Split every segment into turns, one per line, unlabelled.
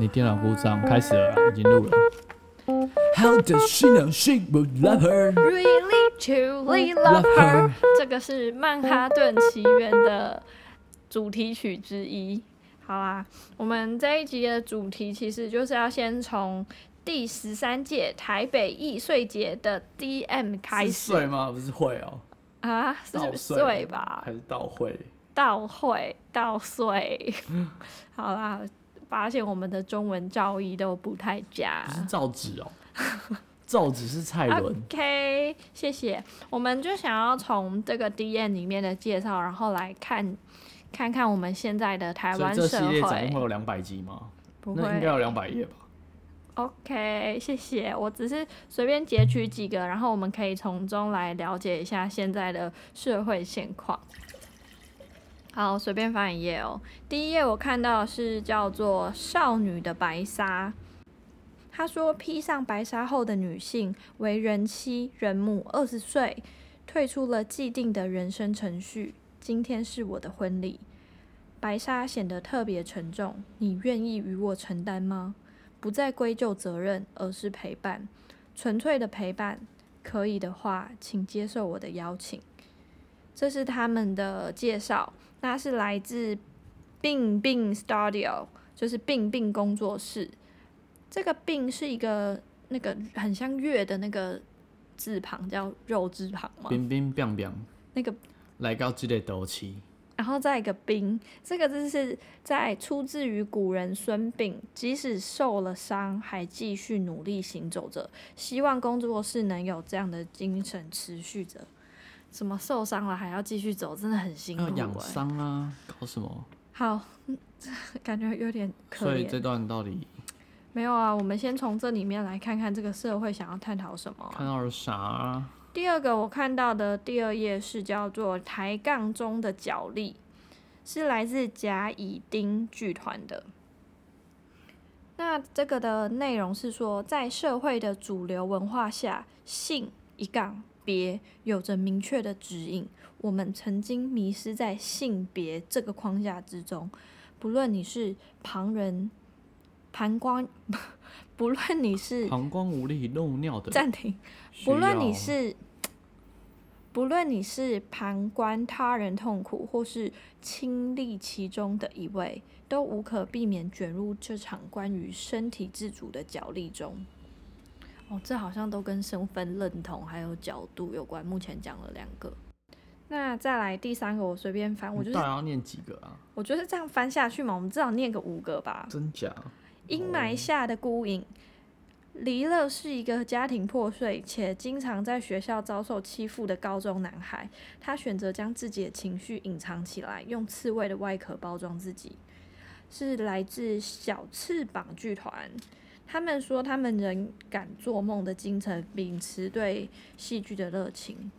你电脑故障，开始了啦，已经录了。
How does she know she would love her？
Really truly love
Love her
her，这 个是《曼哈顿奇缘》的主题曲之一。好啦，我们这一集的主题其实就是要先从第十三届台北易碎节的 DM 开
是岁
始
吗？不是会哦，
啊，是
到
碎吧
还？是到会？
到会到碎， 好啦，发现我们的中文造诣都不太佳
不。是造纸哦， 造纸是蔡伦。
OK，谢谢。我们就想要从这个 D N 里面的介绍，然后来看看看我们现在的啊台
所以
湾
这
社
系列总共会
会。
有两百集吗？
不
那应该
会
有两百页吧？
，OK，谢谢。我只是随便截取几个，然后我们可以从中来了解一下现在的社会现况。好，随便翻一页哦。第一页我看到的是叫做《少女的白纱》，他说披上白纱后的女性为人妻、人母，二十岁，退出了既定的人生程序。今天是我的婚礼，白纱显得特别沉重。你愿意与我承担吗？不再归咎责任，而是陪伴，纯粹的陪伴。可以的话，请接受我的邀请。这是他们的介绍，那是来自病病 Studio，就是病病工作室。这个病是一个那个很像月的那个字旁，叫肉字旁嘛，
冰冰冰冰，
那个
来到这个斗气，
然后再一个兵，这个字是在出自于古人孙膑，即使受了伤，还继续努力行走着。希望工作室能有这样的精神持续着。什么受伤了还要继续走，真的很辛苦、
要
欸。
呃养伤啊，搞什么？
好， 嗯感觉有点可
所以
怜。
这段到底
没有啊，我们先从这里面来看看这个社会想要探讨什么啊、
看到了啥啊？
第二个我看到的第二页是叫做《抬杠中的角力》，是来自甲乙丁剧团的。那这个的内容是说，在社会的主流文化下，性一杠别有着明确的指引。我们曾经迷失在性别这个框架之中，不论你是旁人旁观， 不论你是
膀胱无力漏尿的，
暂停，
需
不论
要
你是，不论你是旁观他人痛苦，或是亲历其中的一位，都无可避免卷入这场关于身体自主的角力中。哦，这好像都跟身份认同还有角度有关。目前讲了两个，那再来第三个，我随便翻，我
你
就是
到底要念几个啊？
我就是这样翻下去嘛，我们至少念个五个吧。
真假？
阴霾下的孤影。黎乐是一个家庭破碎且经常在学校遭受欺负的高中男孩，他选择将自己的情绪隐藏起来，用刺猬的外壳包装自己。是来自小翅膀剧团，他们说他们仍敢做梦的精神，秉持对戏剧的热情。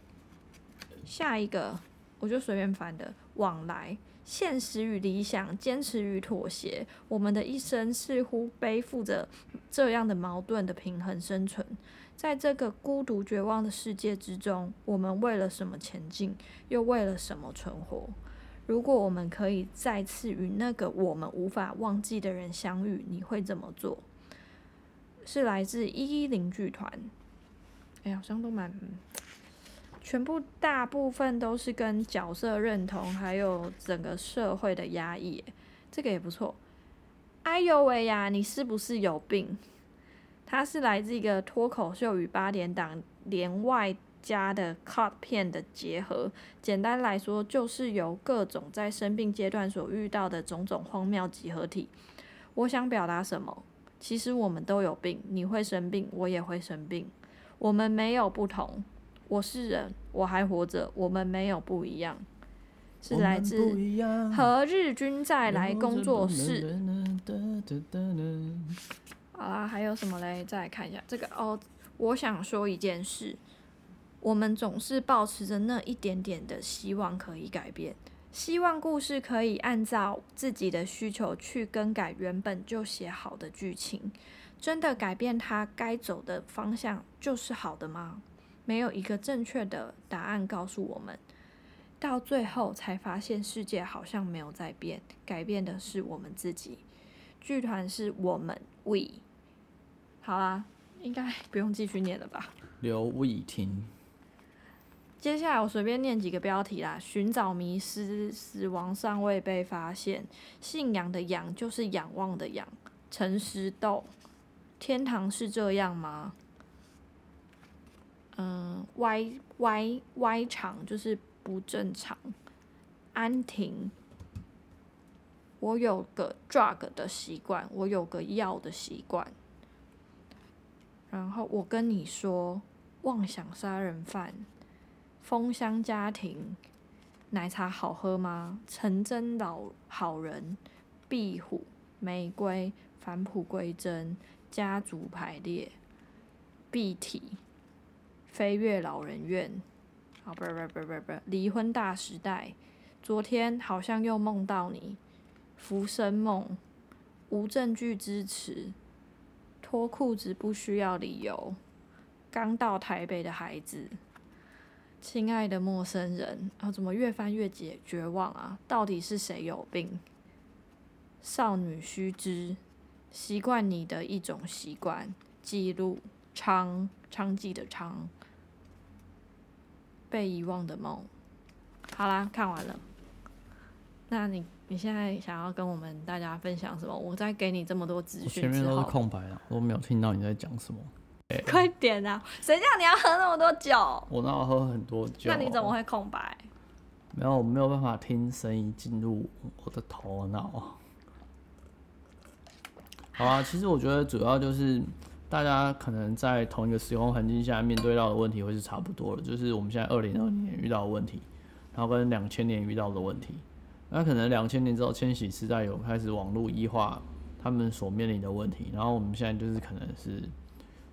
下一个我就随便翻的，往来。现实与理想，坚持与妥协，我们的一生似乎背负着这样的矛盾的平衡生存。在这个孤独绝望的世界之中，我们为了什么前进，又为了什么存活？如果我们可以再次与那个我们无法忘记的人相遇，你会怎么做？是来自一一零剧团。哎、好像都蛮，全部大部分都是跟角色认同，还有整个社会的压抑耶，这个也不错。哎呦喂呀，你是不是有病？它是来自一个脱口秀与八点档连外加的 cut 片的结合。简单来说，就是由各种在生病阶段所遇到的种种荒谬集合体。我想表达什么？其实我们都有病，你会生病，我也会生病，我们没有不同。我是人，我还活着，我们没有不一样。是
我
来
们
自
不一
嗯
样
何日君再来工作室。。好啦，还有什么嘞？再来看一下这个哦。我想说一件事，我们总是保持着那一点点的希望可以改变，希望故事可以按照自己的需求去更改原本就写好的剧情。真的改变它该走的方向就是好的吗？没有一个正确的答案告诉我们。到最后才发现，世界好像没有在变，改变的是我们自己。剧团是我们 we。好啦，应该不用继续念了吧？
刘伟婷，
接下来我随便念几个标题啦：寻找迷失，死亡尚未被发现，信仰的仰就是仰望的仰，诚实豆，天堂是这样吗？嗯，歪歪歪场就是不正常，安婷。我有个 drug 的习惯，我有个药的习惯。然后我跟你说，妄想杀人犯，封箱家庭，奶茶好喝吗？成真老好人，壁虎，玫瑰，返璞归真，家族排列，碧体，飞跃老人院，好不不不不不，离婚大时代，昨天好像又梦到你，浮生梦，无证据支持，脱裤子不需要理由，刚到台北的孩子。亲爱的陌生人，啊，怎么越翻越解绝望啊？到底是谁有病？少女须知，习惯你的一种习惯，记录娼娼妓的娼，被遗忘的梦。好啦，看完了。那你你现在想要跟我们大家分享什么？我再给你这么多资
我前
讯
面
之
都是
后，
空白的，我都没有听到你在讲什么。
快点啊！谁叫你要喝那么多酒？
我那喝很多酒，啊
那你怎么会空白？
没有？我没有办法听声音进入我的头脑。好啊，其实我觉得主要就是大家可能在同一个时空环境下面对到的问题会是差不多的，就是我们现在二零二零年遇到的问题，然后跟两千年遇到的问题。那可能两千年之后，千禧时代有开始网络异化，他们所面临的问题。然后我们现在就是可能是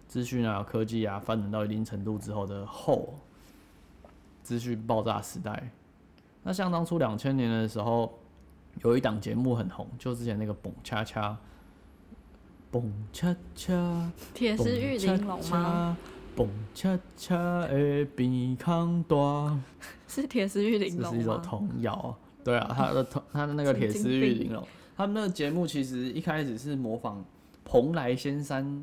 资讯啊、科技啊发展到一定程度之后的后资讯爆炸时代。那像当初两千年的时候，有一档节目很红，就之前那个蹦恰恰，蹦恰恰。
铁丝玉玲珑吗？？
蹦恰恰的鼻腔大，
是铁丝玉玲
这
珑
是一首
吗？
童谣。对啊，他 的童，他的那个
神
铁
经
丝玉
病
玲珑，他们那个节目其实一开始是模仿蓬莱仙山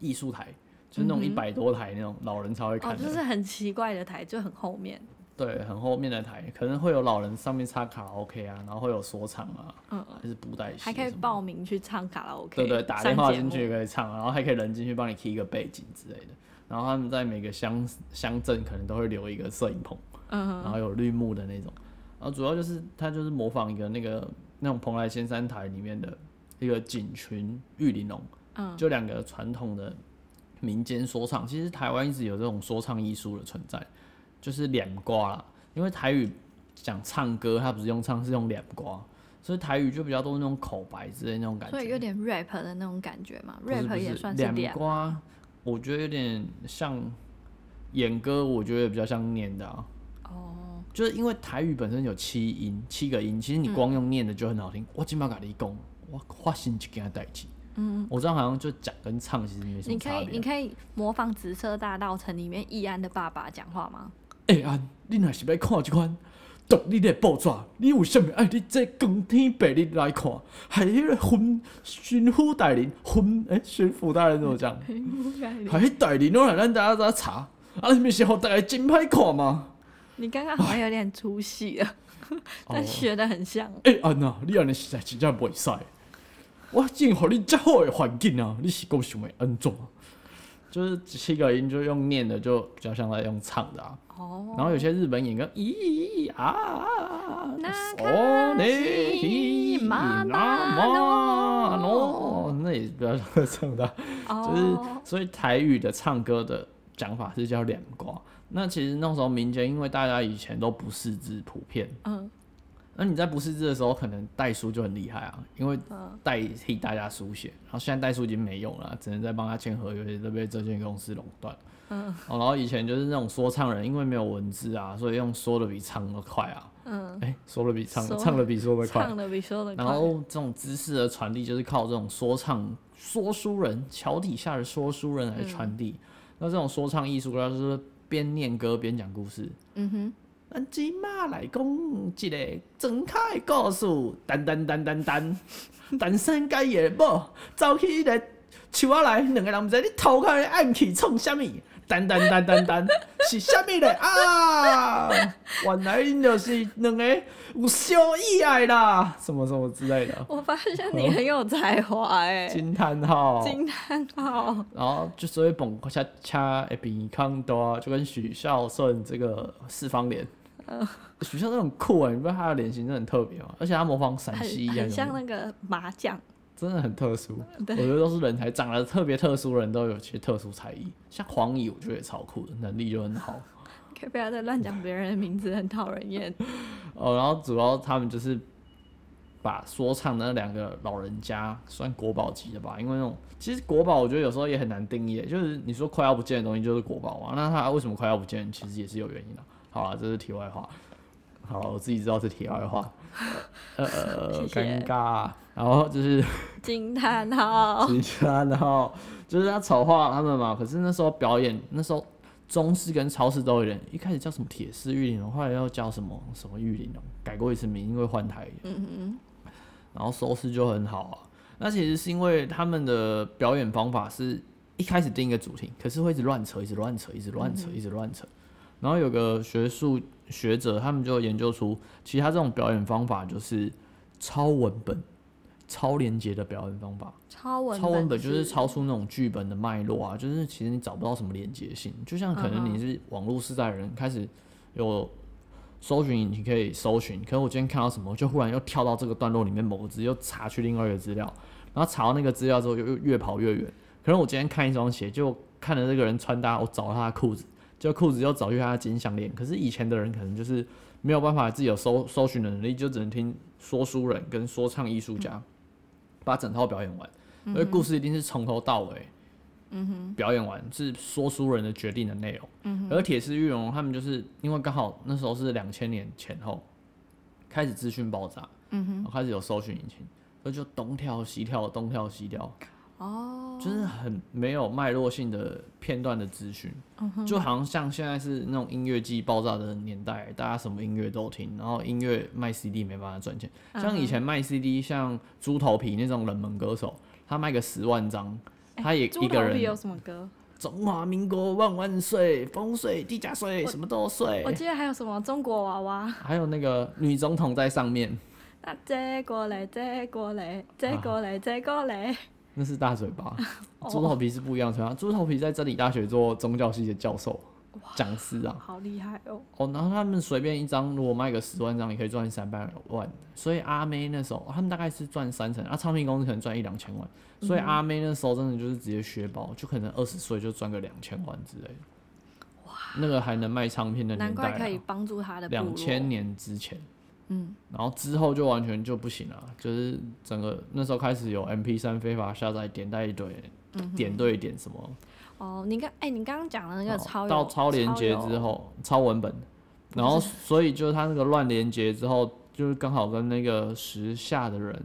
艺术台，就是那种一百多台那种老人才会
嗯哦，
看的，
就是很奇怪的台，就很后面。
对，很后面的台，可能会有老人上面插卡拉 OK 啊，然后会有说唱啊，
嗯，
还是布袋戏什
还
么的，
可以报名去唱卡拉 OK，
对对，打
上
电话
节
进
目
去也可以唱，然后还可以人进去帮你 key 一个背景之类的。然后他们在每个乡乡镇可能都会留一个摄影棚，
嗯，
然后有绿幕的那种。然后主要就是它就是模仿一个那个那种蓬莱仙山台里面的一个景群玉玲珑，
嗯，
就两个传统的民间说唱。其实台湾一直有这种说唱艺术的存在，就是两瓜啦。因为台语讲唱歌，它不是用唱，是用两瓜，所以台语就比较多那种口白之类的那种感觉。
所以有点 rap 的那种感觉嘛
不是
，rap
不
也
是
算是
两
点。
瓜，我觉得有点像演歌，我觉得比较像念的啊，
哦，
就是因为台语本身有七音，七个音，其实你光用念的就很好
嗯
听。我今麦咖喱讲，我花心就给他带起。嗯，我这样好像就讲跟唱其实没什
你
么
可
差
以你
别。
可以模仿《紫色大道城》里面易安的爸爸讲话吗？
哎啊，你若是要看这款独立的报纸，你为什么爱你这光天白日来看？还迄个巡巡抚大人，巡哎巡抚大人怎么讲？
嗯
还迄大人拢来咱大家在查，啊，你们是互大家真歹看吗？
你刚刚好像有点出戏了，
哦
但学的很像。
哎、安娜、你安尼实在真正袂使，我竟互你遮好的环境啊，你是够想要安怎？就是七个音就用念的，就比较像在用唱的啊。
哦，
然后有些日本演歌，咦啊啊啊，
那
哦
卡西
那
马
那
达
那
诺
那也比较像唱的啊。就是
哦，
所以台语的唱歌的讲法是叫两瓜。那其实那时候民间，因为大家以前都不识字普遍，
嗯
那你在不识字的时候，可能代书就很厉害啊，因为
嗯，
代替大家书写。然后现在代书已经没用了啊，只能再帮他签合约，都被证券公司垄断。
嗯
哦，然后以前就是那种说唱人，因为没有文字啊，所以用说的比唱的快啊。
嗯，
哎、说的比唱
说
唱的比说的快
唱。的比说的快
然。后这种知识的传递，就是靠这种说唱说书人桥底下的说书人
嗯
来传递。那这种说唱艺术家就是边念歌边讲故事。
嗯哼，
哎、安吉玛来讲一个睁开故事，单单单单单，单身介夜某走去迄个树仔内，两个人毋知你头壳咧暗去创啥物，单单单单单是啥物咧啊？原来恁就是两个有小意爱啦，什么什么之类的，
我发现你很有才华 哎、
惊叹号。
惊叹号！
然后就所以蹦恰恰诶，比康多啊就跟许孝顺这个四方脸，
呃
许孝顺很酷哎、你不知道他的脸型真的很特别嘛，而且他模仿陕
很
西一样
很像
有没
那
有，
个麻将，
真的很特殊。我
对
觉得都是人才，长得特别特殊的人都有些特殊才艺，像黄奕我觉得也超酷的，能力就很好。
可以不要再乱讲别人的名字，很讨人厌。
哦，然后主要他们就是把说唱的那两个老人家算国宝级的吧，因为那种其实国宝我觉得有时候也很难定义，就是你说快要不见的东西就是国宝嘛，那它为什么快要不见，其实也是有原因的、好了，这是题外话。好啦我自己知道是题外话。 呃呃，
谢谢
尴尬。然后就是
惊叹 号！
其他，然后就是他丑化他们嘛。可是那时候表演，那时候中式跟超市都有点，一开始叫什么铁丝玉玲珑，后来又叫什么什么玉玲珑，改过一次名，因为换台。
嗯嗯，
然后收视就很好啊。那其实是因为他们的表演方法是一开始定一个主题，可是会一直乱扯，一直乱扯，一直乱扯，一直乱扯。然后有个学术学者，他们就研究出，其实他这种表演方法就是超文本、超连接的表演方法。
超文
超文本
本
就是超出那种剧本的脉络啊，就是其实你找不到什么连接性。就像可
嗯
能
嗯
你是网络时代的人，开始有搜寻引擎可以搜寻，可是我今天看到什么，就忽然又跳到这个段落里面某个字，又查去另外一个资料，然后查到那个资料之后，又又越跑越远。可能我今天看一双鞋，就看了这个人穿搭，我找到他的裤子，就裤子又找去他的金项链。可是以前的人可能就是没有办法自己有搜搜寻的能力，就只能听说书人跟说唱艺术家、
嗯
把整套表演完。而故事一定是从头到尾，嗯嗯哼，表演完是说书人的决定的内容。嗯、而铁丝玉龙他们就是因为刚好那时候是两千年前后开始资讯爆炸，嗯哼，然后开始有搜寻引擎，所以就东跳西跳，东跳西跳，
哦，
就是很没有脉络性的片段的资讯，
嗯
就好像像现在是那种音乐季爆炸的年代，大家什么音乐都听，然后音乐卖 CD 没办法赚钱，
嗯
像以前卖 CD，像猪头皮那种冷门歌手，他卖个十万张，他也
哎猪
一个
头皮有
人，
什么歌？
中华民国万万岁，风水地价税
我
什么都税
我，记得还有什么中国娃娃，
还有那个女总统在上面，
那这过来，这过来，这过
啊
来，这过来，
那是大嘴巴，
哦
猪头皮是不一样的嘴巴，猪头皮在真理大学做宗教系的教授讲师啊。
好厉害哦！
哦，然后他们随便一张，如果卖个十万张，也可以赚三百万。所以阿妹那时候，他们大概是赚三成，啊，唱片公司可能赚一两千万。所以阿妹那时候真的就是直接削包，就可能二十岁就赚个两千万之类的。哇，那个还能卖唱片的
难
年代、
怪可以
啊，
帮助他的部落
两千，年之前。
嗯，
然后之后就完全就不行了，就是整个那时候开始有 MP 三非法下载、点带一堆、
嗯
点对点什么，
哦，你刚哎，你刚刚讲的那个
哦
超有
到超连接之，后，超文本，
不
然后所以就是他那个乱连接之后，就是刚好跟那个时下的人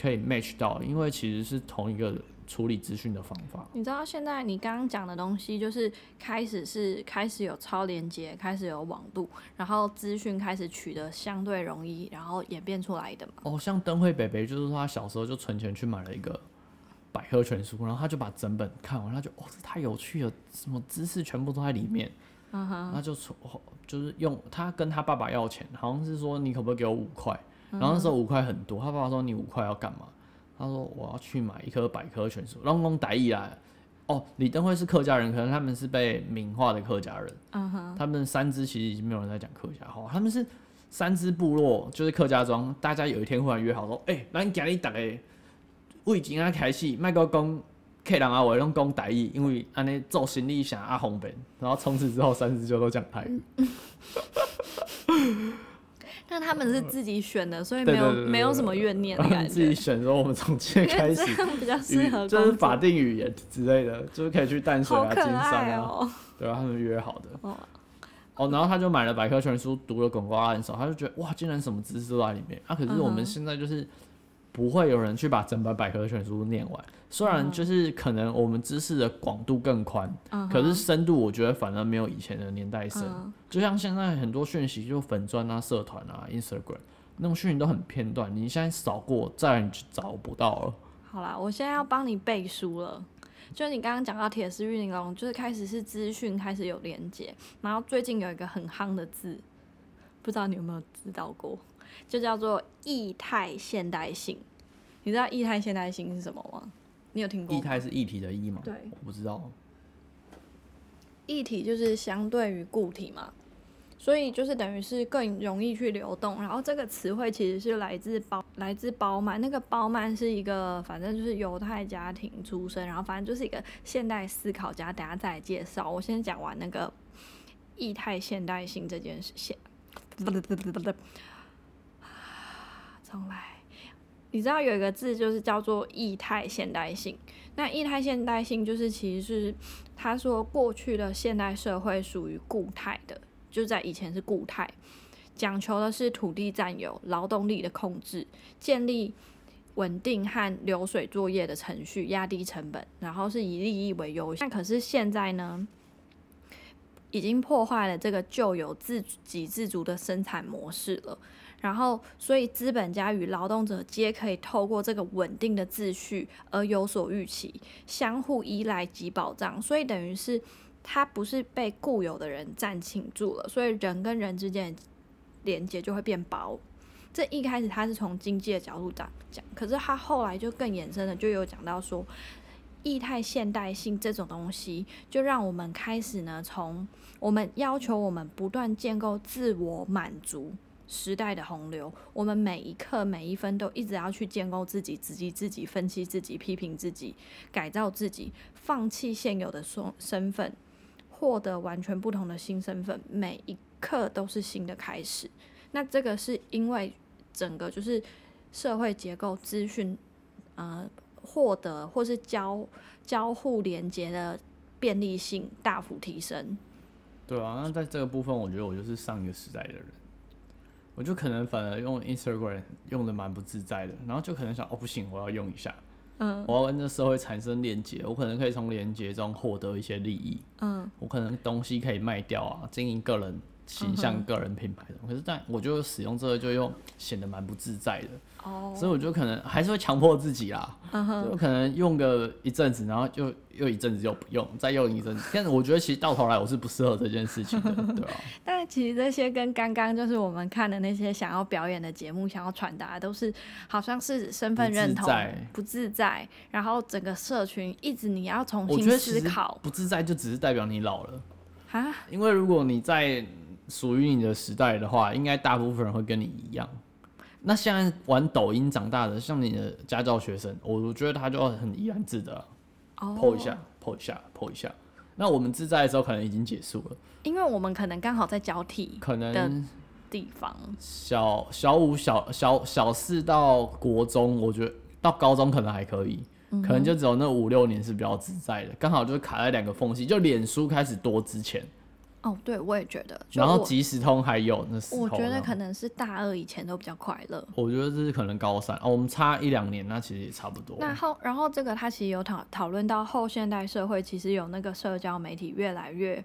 可以 match 到，因为其实是同一个处理资讯的方法。
你知道现在你刚刚讲的东西，就是开始是开始有超连接，开始有网路，然后资讯开始取得相对容易，然后演变出来的嘛。
哦，像灯会北北，就是他小时候就存钱去买了一个百科全书，然后他就把整本看完，他就哦，这太有趣了，什么知识全部都在里面。
嗯哼，
他就从就是用他跟他爸爸要钱，好像是说你可不可以给我五块？
嗯
然后那时候五块很多，他爸爸说你五块要干嘛？他说我要去买一颗百科全书，然后用台语来。哦，李登辉是客家人，可能他们是被闽化的客家人，
嗯哼，
他们三支其实已经没有人在讲客家话，他们是三支部落，就是客家庄，大家有一天忽然约好说，哎、咱今日大家为今啊开始，卖个讲客人啊话拢讲台语，因为安尼做生意上啊方便，然后从此之后三支就都讲台语，
但他们是自己选的，所以没
对
有
对对对
没有什么怨 念的
他
感
们自
觉，
己选择我们从今天
因
开
为
始
这。样比较适
语
合
就是
工作
法定语言之类的，就是可以去淡水
好
啊、
可
金山
爱
啊，
哦。
对啊，他们约好的。
哦
哦，然后他就买了百科全书，读了《滚瓜烂熟》，他就觉得哇，竟然什么知识都在里面。啊，可是我
嗯哼
们现在就是不会有人去把整本百科全书念完。虽然就是可能我们知识的广度更宽，
嗯
可是
哼
深度我觉得反而没有以前的年代深。
嗯
就像现在很多讯息，就粉砖啊、社团啊、Instagram 那种讯息都很片段，你现在扫过，再你就找不到了。
好啦，我现在要帮你背书了。就你刚刚讲到铁丝玉玲珑，就是开始是资讯开始有连接，然后最近有一个很夯的字，不知道你有没有知道过，就叫做液态现代性。你知道液态现代性是什么吗？你有听过
液
吗？
态是液体的液吗？
嗯对
我不知道。
液体就是相对于固体嘛，所以就是等于是更容易去流动。然后这个词汇其实是来自包来自包曼，那个包曼是一个反正就是犹太家庭出身，然后反正就是一个现代思考家。等下再来介绍，我先讲完那个液态现代性这件事。现，重来。你知道有一个字就是叫做液态现代性，那液态现代性就是其实是他说过去的现代社会属于固态的，就在以前是固态，讲求的是土地占有、劳动力的控制，建立稳定和流水作业的程序，压低成本，然后是以利益为优先。但可是现在呢，已经破坏了这个旧有自给自足的生产模式了。然后，所以资本家与劳动者皆可以透过这个稳定的秩序而有所预期，相互依赖及保障，所以等于是他不是被固有的人占请住了，所以人跟人之间的连接就会变薄。这一开始他是从经济的角度讲讲，可是他后来就更衍生的就有讲到说，液态现代性这种东西，就让我们开始呢，从我们要求我们不断建构自我满足。时代的洪流，我们每一刻每一分都一直要去建构自己，直击自己，分析自己，批评自己，改造自己，放弃现有的身身份，获得完全不同的新身份，每一刻都是新的开始。那这个是因为整个就是社会结构、资讯，呃，获得或是交交互连接的便利性大幅提升。
对啊，那在这个部分，我觉得我就是上一个时代的人，我就可能反而用 Instagram 用的蛮不自在的，然后就可能想，哦，不行，我要用一下，
嗯
我要跟这社会产生连接，我可能可以从连接中获得一些利益，
嗯
我可能东西可以卖掉啊，经营个人形
嗯
象、个人品牌的。可是，但我就使用这个就又显得蛮不自在的，
哦
所以我就可能还是会强迫自己啦，
嗯
就可能用个一阵子，然后就又一阵子又不用，再用一阵子。但是我觉得其实到头来我是不适合这件事情的，对 啊吧、
但其实这些跟刚刚就是我们看的那些想要表演的节目，想要传达的都是好像是身份认同
不自在
不自在，然后整个社群一直你要重
我觉
新
得其
思
实
考
不自在，就只是代表你老了。
啊，
因为如果你在属于你的时代的话，应该大部分人会跟你一样。那现在玩抖音长大的，像你的家教学生，我我觉得他就很怡然自得啊、
哦
po 一下，po 一下，po 一下。那我们自在的时候可能已经结束了，
因为我们可能刚好在交替
可能
地方，
小小五、小小小四到国中，我觉得到高中可能还可以，
嗯
可能就只有那五六年是比较自在的，刚好就是卡在两个缝隙，就脸书开始多之前，
哦，对我也觉得，就
然后
我
即时通还有那时候
我觉
那
得
样
可能是大二以前都比较快乐。
我觉得这是可能高三哦，我们差一两年，那其实也差不多。
那后，然后这个他其实有讨讨论到后现代社会，其实有那个社交媒体越来越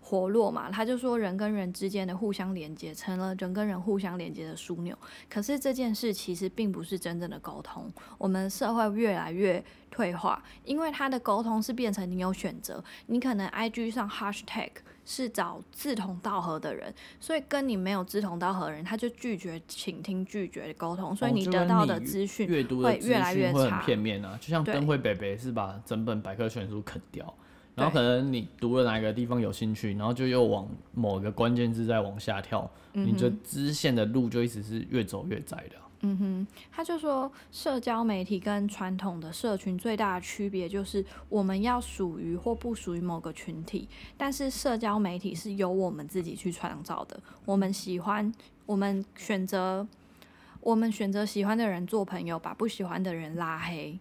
活络嘛，他就说人跟人之间的互相连接成了人跟人互相连接的枢纽。可是这件事其实并不是真正的沟通，我们社会越来越退化，因为它的沟通是变成你有选择，你可能 IG 上 hashtag 是找志同道合的人，所以跟你没有志同道合的人，他就拒绝倾听、拒绝沟通，所以
哦
你
就
得
跟
到
你
的资讯
阅读的
会
资
越来越
讯会很
差。
片面啊，就像
对
灯会北北是把整本百科全书啃掉，
对
然后可能你读了哪个地方有兴趣，然后就又往某个关键字再往下跳，
嗯
你这支线的路就一直是越走越窄的啊、
嗯他就说，社交媒体跟传统的社群最大的区别就是，我们要属于或不属于某个群体，但是社交媒体是由我们自己去创造的。我们喜欢，我们选择，我们选择喜欢的人做朋友，把不喜欢的人拉黑。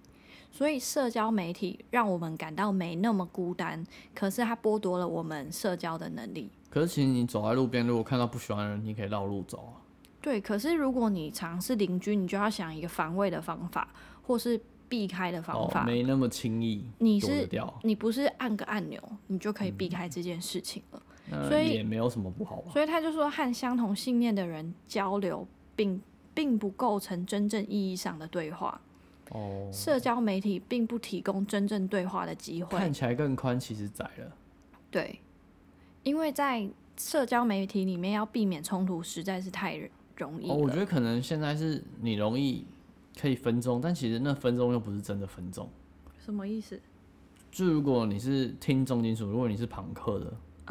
所以，社交媒体让我们感到没那么孤单，可是它剥夺了我们社交的能力。
可是其实你走在路边，如果看到不喜欢的人，你可以绕路走啊。
对，可是如果你常是邻居，你就要想一个防卫的方法，或是避开的方
哦
法。，
没那么轻易
你
躲得
是
掉，
你不是按个按钮，你就可以避
嗯
开这件事情了。所
那
以
也没有什么不好啊吧？
所以他就说，和相同信念的人交流并并不构成真正意义上的对话，
哦，
社交媒体并不提供真正对话的机
看
会。
起来更宽，其实窄了。
对，因为在社交媒体里面要避免冲突实在是太容易
哦，我觉
了。
得可能现在是你容易可以分钟，但其实那分钟又不是真的分钟。
什么意思？
就如果你是听重金属，如果你是朋克的，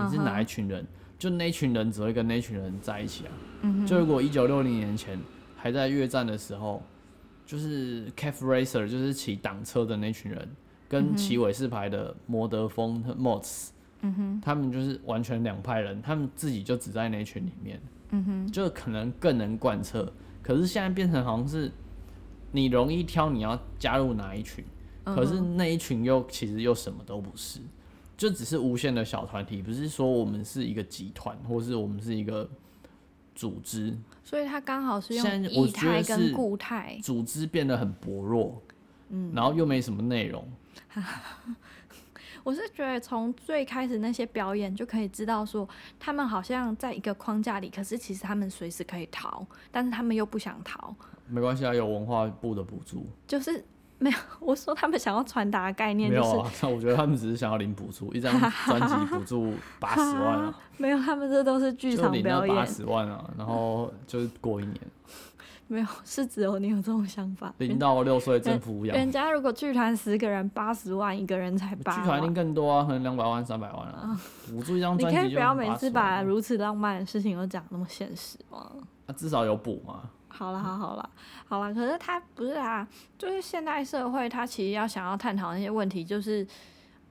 你是
嗯哼
哪一群人就那一群人只会跟那一群人在一起啊。
嗯哼
就如果一九六零年前还在越战的时候，就是 c a f Racer，就是骑挡车的那群人，
嗯哼
跟骑韦士牌的摩德风 Mods，
嗯哼，
他们就是完全两派人，他们自己就只在那群里面。
嗯哼，
就可能更能贯彻。可是现在变成好像是你容易挑你要加入哪一群，
嗯
可是那一群又其实又什么都不是，就只是无限的小团体，不是说我们是一个集团，或是我们是一个组织，
所以他刚好是用
现在我
液
觉得
态跟
是
固态，
组织变得很薄弱，嗯，然后又没什么内容，
我是觉得从最开始那些表演就可以知道说，他们好像在一个框架里，可是其实他们随时可以逃，但是他们又不想逃，
没关系啊，有文化部的补助，
就是没有。我说他们想要传达的概念
没
就
有
是
啊， 我觉得他们只是想要领补助，一张专辑补助八十万啊。
没有，他们这都是 剧
就
场
领
表
那八
演，
十万啊，然后就是过 一年，
没有是只有你有这种想法。
零到六岁政府抚养，
人
剧
家如果剧团十个人，八十万一个人才八
团一定
万，
更多啊，可能两百万、三百万啊。补助一张
你
专
可
辑
以
就
不要
80
每次
万啊
把如此浪漫的事情都讲那么现实吗？
啊至少有补嘛。
好啦，好啦，好啦。可是他不是啊，就是现代社会，他其实要想要探讨那些问题，就是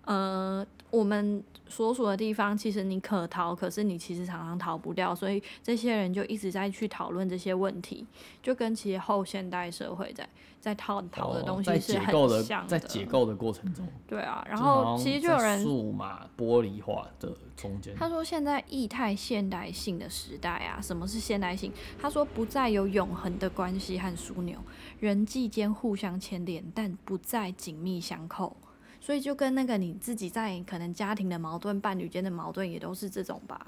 呃，我们所属的地方，其实你可逃，可是你其实常常逃不掉，所以这些人就一直在去讨论这些问题，就跟其实后现代社会在在讨讨的
哦
东
在
西是
解构
很
的
像，
在解构的过程中，
对啊。然
就
后
好像
其实就
在
有人
数码玻璃化的中间，
他说：“现在异态现代性的时代啊，什么是现代性？他说不再有永恒的关系和枢纽，人际间互相牵连，但不再紧密相扣。所以就跟那个你自己在可能家庭的矛盾、伴侣间的矛盾，也都是这种吧。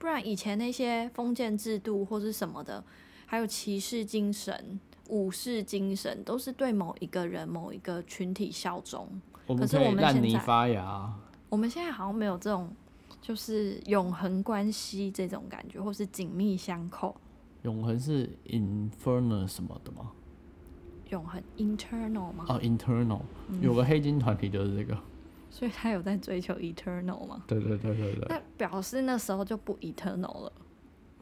不然以前那些封建制度或是什么的，还有骑士精神、武士精神，都是对某一个人、某一个群体效忠。
我
可
们
是
可
我
以
们
烂
现
泥
在
发芽啊，
我们现在好像没有这种就是永恒关系这种感觉，或是紧密相扣、
永恒是 infernal 什么的吗？
永恒 internal 吗？
啊，internal 有
嗯
个黑金团体就是这个，
所以他有在追求 eternal 吗？
对对对对对，
那表示那时候就不 eternal 了。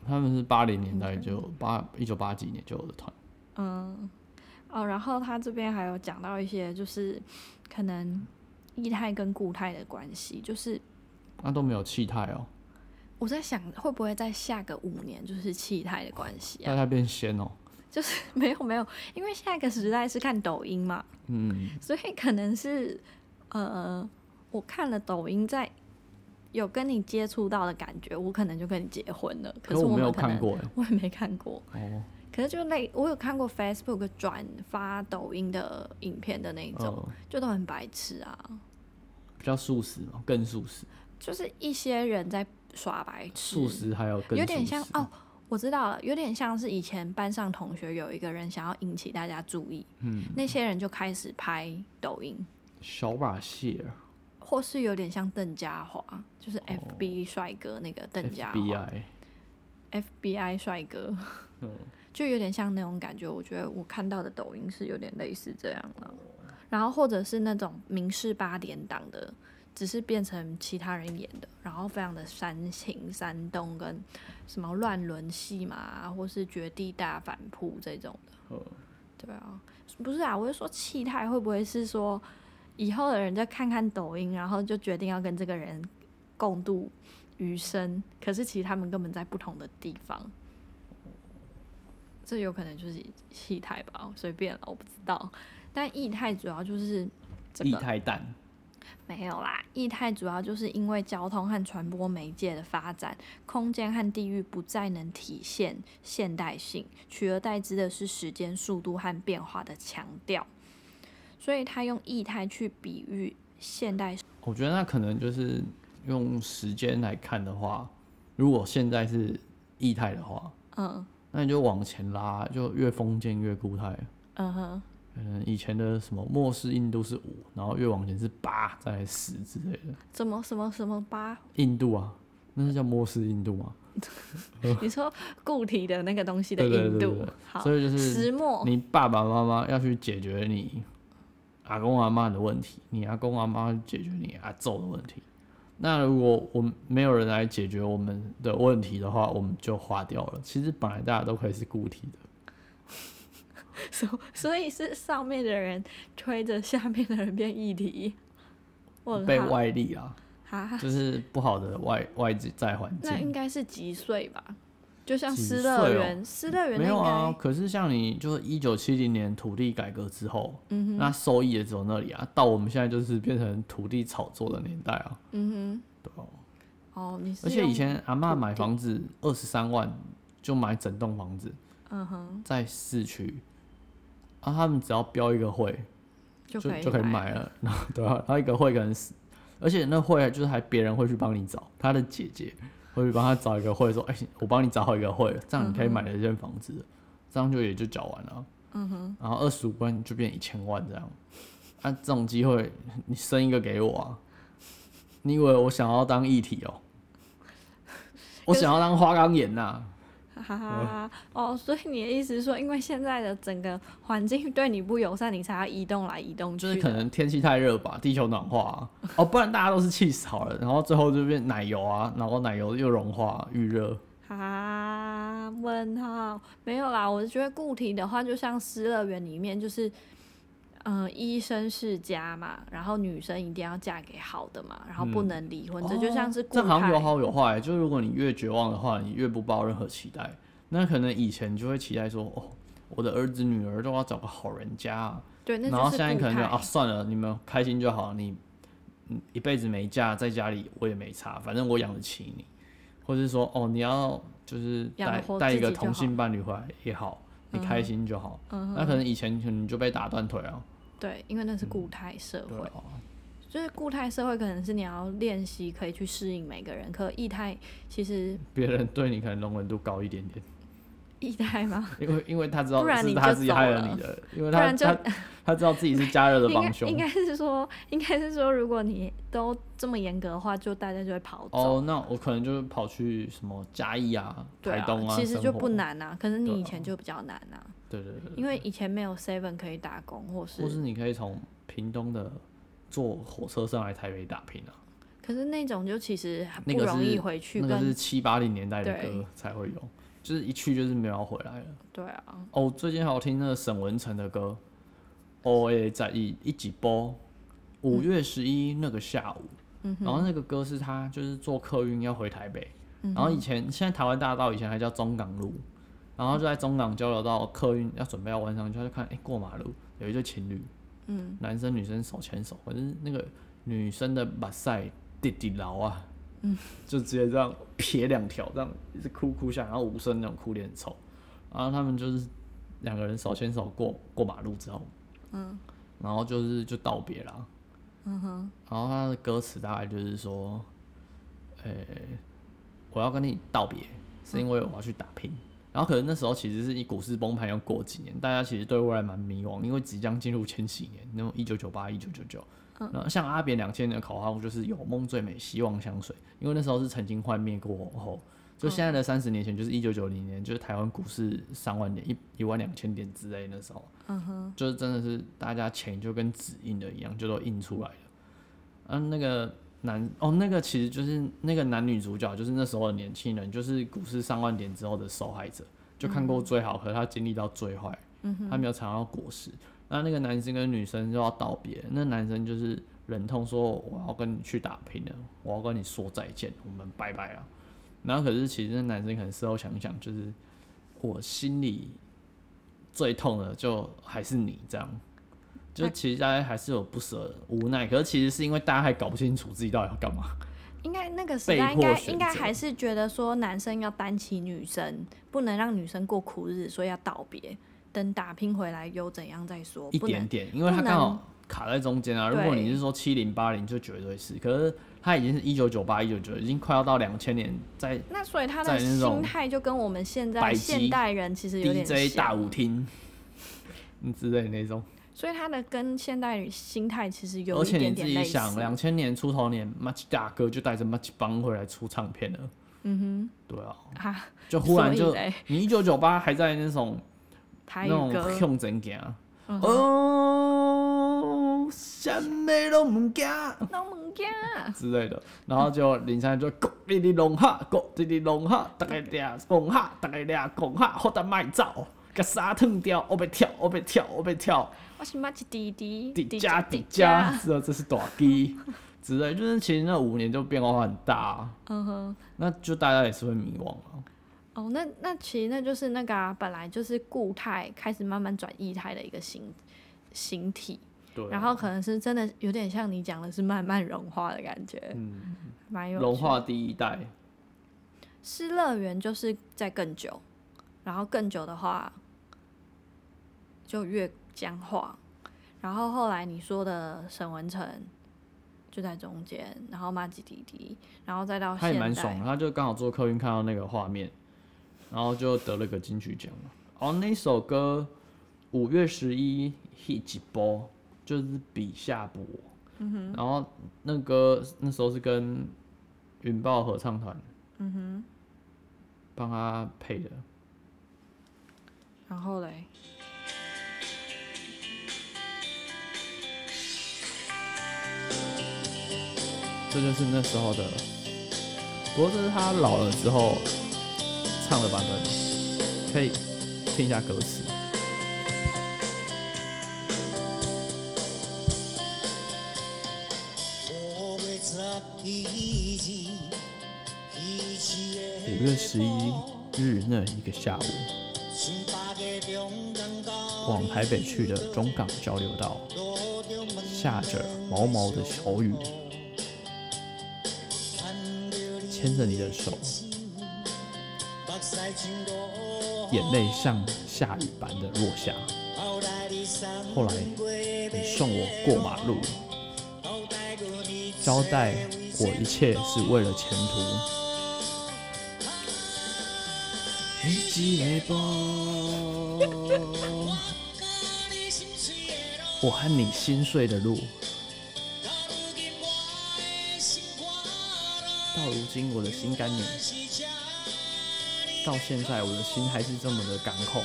他们是八零年代就八一九八几年就有的团。
嗯，哦，然后他这边还有讲到一些就是可能液态跟固态的关系，就是
那、都没有气态哦，
我在想会不会在下个五年就是气态的关系 啊
大？家变仙哦。
就是 没有没有，因为下一个时代是看抖音嘛，
嗯，
所以可能是呃，我看了抖音，在有跟你接触到的感觉，我可能就跟你结婚了。可
可
是
我
们
没有
可
看
能
过哎。
我也没看过。
哦，
可是就类，我有看过 Facebook 转发抖音的影片的那一种，
呃，
就都很白痴啊，
比较素食嘛，更素食，
就是一些人在耍白痴，
素食还有更
有点
素
像
食
哦。我知道了，有点像是以前班上同学有一个人想要引起大家注意，
嗯，
那些人就开始拍抖音，
小把蟹儿
或是有点像邓家华，就是 FB 帅哥那个邓家华、
，FBI，
FBI 帅哥，
啊嗯，
就有点像那种感觉。我觉得我看到的抖音是有点类似这样的，然后或者是那种明示八点档的，只是变成其他人演的，然后非常的煽情、煽动跟什么乱伦戏嘛，或是绝地大反扑这种的。
呃，
对啊，不是啊，我是说气态会不会是说以后的人就看看抖音，然后就决定要跟这个人共度余生，可是其实他们根本在不同的地方，这有可能就是气态吧，随便了，我不知道。但液态主要就是这
液
个
态蛋，
没有啦，液态主要就是因为交通和传播媒介的发展，空间和地域不再能体现现代性，取而代之的是时间、速度和变化的强调。所以他用液态去比喻现代
我觉得那可能就是用时间来看的话，如果现在是液态的话，
嗯
那你就往前拉，就越封建越固态。
嗯哼，
嗯，以前的什么末世印度是五，然后越往前是八，再来十之类的。
怎么什么什么八？
印度啊，那是叫末世印度吗？
你说固体的那个东西的
嗯对对
硬
对
度
对，
好，
所以就是
石墨，
你爸爸妈妈要去解决你阿公阿妈的问题，你阿公阿妈解决你阿揍的问题。那如果我们没有人来解决我们的问题的话，我们就化掉了。其实本来大家都可以是固体的，
所所以是上面的人推着下面的人变液体。我很
被
好
外力 啊，
啊，
就是不好的外外在环
那应
境。
该是几岁吧？就像
几
失
岁
乐
哦
园，失乐园那
没有
应该、
啊，可是像你就是一九七零年土地改革之后，
嗯
那受益也只有那里啊。到我们现在就是变成土地炒作的年代啊，
嗯
对吧？
哼，哦，你是
而且以
用
前阿嬷
土
买
地
房子二十三万就买整栋房子
嗯哼
在市区，啊，他们只要标一个会
就
就
可以
就可以
买，
买了， 然后对啊，然后一个会可能是，而且那会啊就是还别人会去帮你找，他的姐姐会去帮他找一个会说，哎、我帮你找好一个会了，这样你可以买了一间房子了，这样就也就缴完了，
嗯哼，
然后二十五万就变一千万这样，啊，这种机会你生一个给我啊，你以为我想要当议 题哦、我想要当花岗岩呐、
哈哈哈
嗯
哈。哦，所以你的意思是说，因为现在的整个环境对你不友善，你才要移动来移动去
就
的，
是可能天气太热吧，地球暖化、啊，哦，不然大家都是气死好了，然后最后就变奶油啊，然后奶油又融化遇热，
啊？问号没有啦，我是觉得固体的话，就像失乐园里面就是。嗯、医生世家嘛，然后女生一定要嫁给好的嘛，然后不
嗯
能离婚，哦这就像是固
这好像有
态。
好有坏，就是如果你越绝望的话，你越不抱任何期待，那可能以前就会期待说，哦，我的儿子女儿都要找个好人家、啊，
对，那
然后
就是
现在
固
可能就
态
啊算了，你们开心就好，你嗯一辈子没嫁，在家里我也没差，反正我养得起你，或是说哦你要就是
养
带
活
带
自
一个
己就好
同
嗯
性伴侣回来也好，你开心就好。那可能以前可能就被打断腿啊，
对，因为那是固态社
对
会，
啊，
就是固态社会可能是你要练习可以去适应每个人，可液态其 实
别人对你可能容忍度高一点点，
液态吗？
因 为因为他知道
不然
是
你
他
就
自己
走
害了
了
你的，因为
不
他
然就
他他知道自己是加热的
应
帮
该应
凶。
该是说，应该是说，如果你都这么严格的话，就大家就会跑走。
哦，那我可能就跑去什么嘉义啊、
对
台东啊，
其实
生
就
活
不。难啊，可是
对
你以
啊
前就比较难啊，
对对对对
因为以前没有 Seven 可以打工，或是
或是你可以从屏东的坐火车上来台北打拼啊，
可是那种就其实很
那
不
个
容易
是
回去
那个是
跟
七八零年代的
对
歌才会有，就是一去就是没有要回来了。
对啊，
哦，最近还有听那个沈文成的歌《O A 在一一起播》，五月十一那个下午，然后那个歌是他就是坐客运要回台北，然后以前现在台湾大道以前还叫中港路，然后就在中港交流道客运要准备要弯上去，他就看哎、诶过马路有一对情侣，嗯，男生女生手牵手，可是那个女生的马赛弟弟牢啊。就直接这样撇两条，这样一直哭哭下来，然后无声那种哭脸丑，然后他们就是两个人手牵手过过马路之后，嗯，然后就是就道别啦，嗯哼，然后他的歌词大概就是说，呃、我要跟你道别，是因为我要去打拼。然后可能那时候其实是你股市崩盘要过几年，大家其实对未来蛮迷惘，因为即将进入千禧年，那种一九九八、一九九九。然后像阿扁两千年的口号就是“有梦最美，希望相随”，因为那时候是曾经幻灭过后，就现在的三十年前，就是一九九零年，就是台湾股市三万点、一一万两千点之类，那时候，嗯哼，就是真的是大家钱就跟纸印的一样，就都印出来了。嗯、那个男哦，那个其实就是那个男女主角，就是那时候的年轻人，就是股市上万点之后的受害者，就看过最好，可是他经历到最坏，他没有尝到果实。那那个男生跟女生就要道别，那男生就是忍痛说：“我要跟你去打拼了，我要跟你说再见，我们拜拜了。”然后可是其实那男生可能事后想想，就是我心里最痛的就还是你这样，就其实大家还是有不舍、无奈，可是其实是因为大家还搞不清楚自己到底要干嘛。
应该那个时
被
代应
迫
该
选
应该
择
还是觉得说男生要担起女生，不能让女生过苦日，所以要道别，等打拼回来又怎样再说，
一
不
点
能
点，因为它
不
刚
能
好卡在中间啊。如果
对
你是说七零八零，就绝对是，可是它已经是一九九八一九九，已经快要到两千年，在
那所以他
在
的
那种
心态就跟我们现在
百
现
集
代人其实有点
DJ 大
像，
舞厅 嗯之类的那种。
所以他的跟现代人心态其实有
而
一
且
点
你自
点
己
类似。
想，两千年出头年，Much 大哥就带着 Much 帮回来出唱片了。嗯哼，对啊，
啊，
就 忽然
所以
就
嘞
你一九九八还在那种
台
那
语
种
歌，
向前行，啊
嗯哼
哦，什么都唔惊。
那我们呀，
之类的，然后就林珊就咕哩哩隆哈，咕哩哩隆哈，大概俩拱哈，大概俩拱哈，好得卖走，个沙腾掉，我被跳，我被跳，我被跳，
我是马吉弟弟，
底加底加，，是啊，这是短 低之类，就是其实那五年就变化很大啊，
嗯哼，
那就大家也是会迷惘啊。
哦，那那其实那就是那个啊，本来就是固态开始慢慢转液态的一个形形体，
对啊，
然后可能是真的有点像你讲的是慢慢融化的感觉，
嗯，
蛮有
融
趣
化第一代，
失乐园就是在更久，然后更久的话就越僵化，然后后来你说的沈文成就在中间，然后马吉弟弟，然后再到
他也
现
蛮
在
爽的，他就刚好做客运看到那个画面，然后就得了个金曲奖嘛。哦，那首歌五月十一 hit 一波，就是比下不我。嗯、然后那歌那时候是跟云豹合唱团，嗯哼，帮他配的。
然后嘞，
这就是那时候的。不过这是他老了之后唱的版本，可以听一下歌词。五月十一日那一个下午，往台北去的中港交流道，下着毛毛的小雨，牵着你的手，眼泪像下雨般的落下。后来你送我过马路，交代我一切是为了前途。我和你心碎的路，到如今我的心甘宁，到现在我的心还是这么的港口。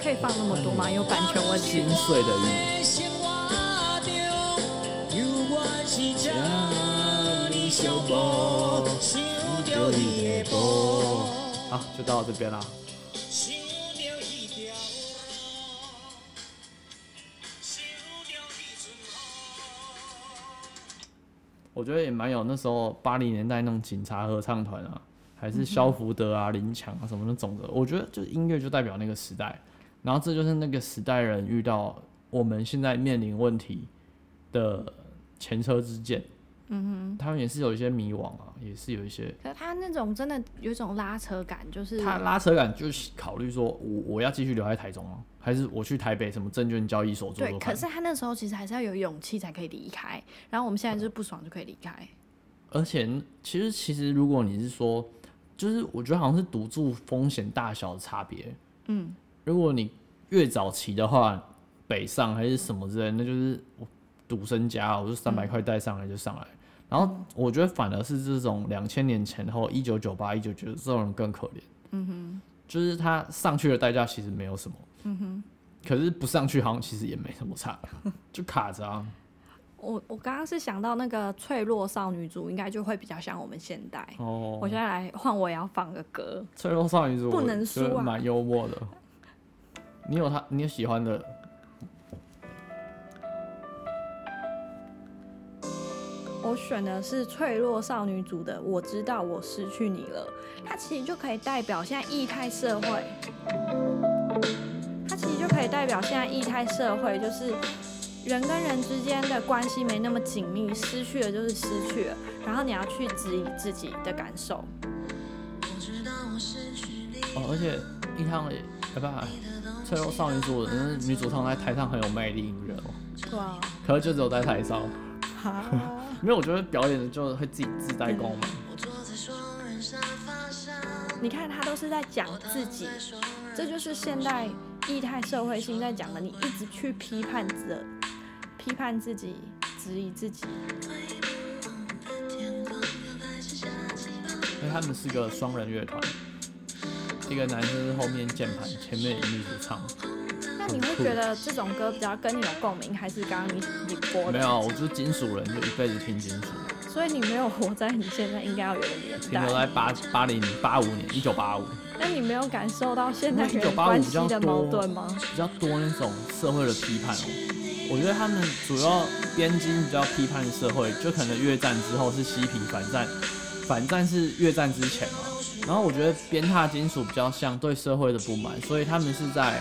可以放那么多吗？有版权问题
心。碎的雨，好，就到这边啦。我觉得也蛮有那时候八零年代那种警察合唱团啊，还是肖福德啊、林强啊什么那种的，我觉得就音乐就代表那个时代，然后这就是那个时代人遇到我们现在面临问题的前车之鉴。嗯哼，他们也是有一些迷惘啊，也是有一些
可是他那种真的有一种拉扯感，就是
他拉扯感，就是考虑说我我要继续留在台中吗？还是我去台北什么证券交易所做
对，
做
可
看？
是他那时候其实还是要有勇气才可以离开。然后我们现在就是不爽就可以离开，
而且其实其实如果你是说，就是我觉得好像是赌注风险大小的差别。
嗯，
如果你越早期的话，北上还是什么之类的，那就是我赌身家，我就三百块带上来就上来。然后我觉得反而是这种两千年前后，一九九八、一九九这种人更可怜。嗯哼，就是他上去的代价其实没有什么。嗯哼，可是不上去好像其实也没什么差，就卡着 啊。
我我刚刚是想到那个脆弱少女组，应该就会比较像我们现代。
哦
我，现在来换，我也要放个歌，
脆弱少女组
不能输啊
我觉得蛮幽默的。你有他，你有喜欢的
我选的是脆弱少女组的《我知道我失去你了》，它其实就可以代表现在异态社会，它其实就可以代表现在异态社会，就是人跟人之间的关系没那么紧密，失去了就是失去了，然后你要去质疑自己的感受。
哦，而且一唱也，哎吧，脆弱少女组，嗯，女主唱在台上很有魅力，你不觉得吗？
对啊，
可是就只有在台上，没有，我觉得表演的就会自己自带光芒。
你看他都是在讲自己，这就是现代异态社会性在讲的，你一直去批判着，批判自己，质疑自己。
哎因为他们是个双人乐团，一个男生是后面键盘，前面女主唱。
那你会觉得这种歌比较跟你有共鸣，还是刚刚你你播
没
的？
有，我就是金属人，就一辈子听金属，
所以你没有活在你现在应该要有的年
停留
代，
在八八零八五年，一九八五。
那你没有感受到现代
因为
人
1985
关
比较
系的
多
矛盾吗？
比较多那种社会的批判哦。我觉得他们主要边境比较批判社会，就可能越战之后是嬉皮反战，反战是越战之前嘛。然后我觉得鞭挞金属比较像对社会的不满，所以他们是在，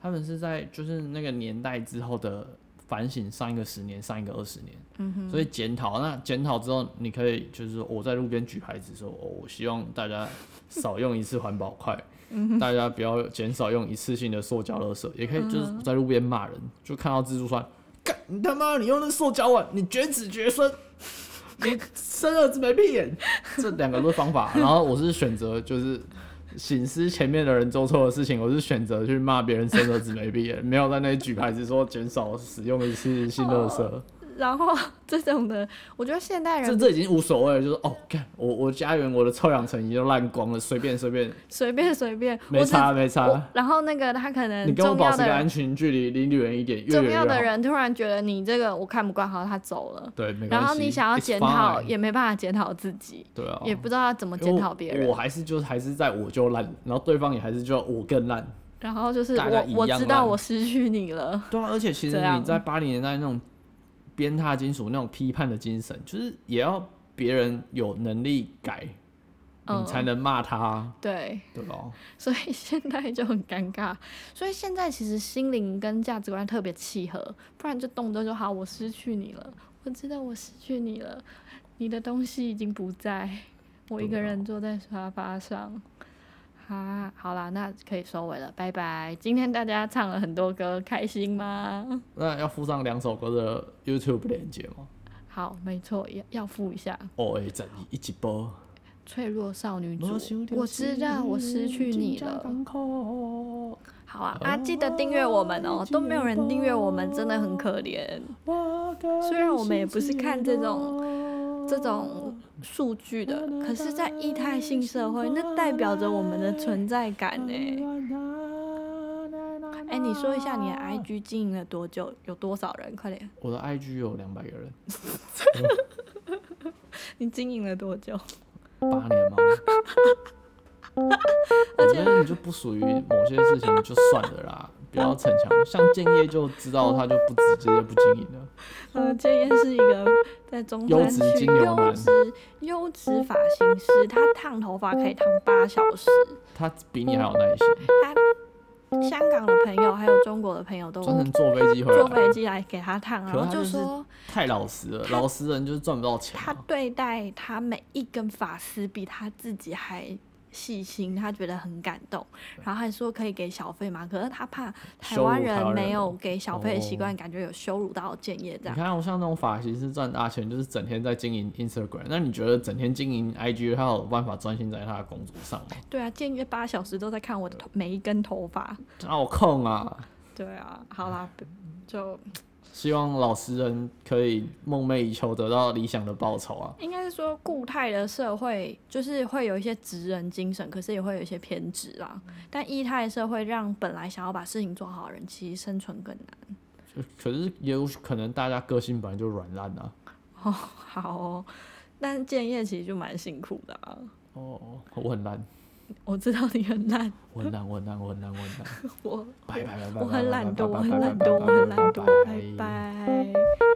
他们是在就是那个年代之后的反省上一个十年、上一个二十年，嗯、所以检讨。那检讨之后，你可以就是说我在路边举牌子说，哦，我希望大家少用一次环保筷，
嗯
大家不要减少用一次性的塑胶垃圾，也可以就是在路边骂人，就看到蜘蛛酸，干你他妈你用那塑胶碗，你绝子 绝孙，你生儿子没屁眼，这两个都是方法。然后我是选择就是。醒思前面的人做错的事情，我是选择去骂别人生儿子没屁眼，没有在那里举牌子说减少使用一次性垃圾。
哦然后 这种的，我觉得现代
这
人
这已经无所谓了，就是哦，干我我家园我的臭氧层已经都烂光了，随便随便，
随便随便，
没
我只
差没
我
差。
然后那个他可能
你跟我
重
保
要
持
的
个
人
安，全距离，离你远一点，越
重
远
要的
越好。
人突然觉得你这个我看不惯，好，他走了。
对，没关
然
系。
后你想要
It's
检讨，
fine
也没办法检讨自己，
对啊，
也不知道要怎么检讨别
因为我
人。
我还是就是还是在我就烂，然后对方也还是就我更烂。
然后就是
大家
我
一
我
样
知道
烂
我失去你了，
对啊，而且其实
这样
你在八零年代那种鞭挞金属那种批判的精神，就是也要别人有能力改，
嗯
你才能骂他，
对，
对吧？
所以现在就很尴尬。所以现在其实心灵跟价值观特别契合，不然就动不动就好，我失去你了，我知道我失去你了，你的东西已经不在，我一个人坐在沙发上。啊，好啦，那可以收尾了，拜拜。今天大家唱了很多歌，开心吗？
那要附上两首歌的 YouTube 连接吗？
好，没错，要要付一下。
哦，哎，整一一起播。
脆弱少女组，我知道我失去你了。好啊啊！记得订阅我们
啊
哦，都没有人订阅我们，真的很可怜。虽然我们也不是看这种这种数据的，可是，在异态性社会，那代表着我们的存在感呢。欸哎，你说一下你的 IG 经营了多久，有多少人？快点，
我的 IG 有两百个人，
你经营了多 久？
八 年吗？我觉得你就不属于某些事情就算了 啦，不要逞强。像建业就知道他就不直接不经营了。
呃，这也是一个在中
优
山
质
区
金牛
优
男
质优质发型师，他烫头发可以烫八小时。
他比你还有耐心，
他香港的朋友还有中国的朋友都
专程坐飞机回
坐
来
飞，机来给他烫，然
可
后
他就
就是说
太老实了，
他
老实人就是赚不到钱
他
啊。
对待他每一根发丝比他自己还。细心，他觉得很感动，然后还说可以给小费嘛，可是他怕台
羞辱
湾
台湾
人
人
没有
哦
给小费的习
哦
惯，感觉有羞辱到建业这
你
样。
看，我像那种发型师赚大钱，就是整天在经营 Instagram。那你觉得整天经营 IG，他有办法专心在他的工作上吗？
对啊，建业八小时都在看我的头每一根头发。
哪有空啊？
对啊，好啦，不就
希望老实人可以梦寐以求得到理想的报酬啊！
应该是说固态的社会就是会有一些职人精神，可是也会有一些偏执啦。
嗯
但异态社会让本来想要把事情做好的人，其实生存更难。
就可是也有可能大家个性本来就软烂啊。
好、哦，但建业其实就蛮辛苦的啊。
哦，我很烂，
我知道你很懒，
我很懒，我很懒，我很懒，我很懒，
我
拜拜拜拜，
我很懒惰，我
拜拜
很懒
拜
惰，
拜
我很
拜
懒惰，
拜
拜拜。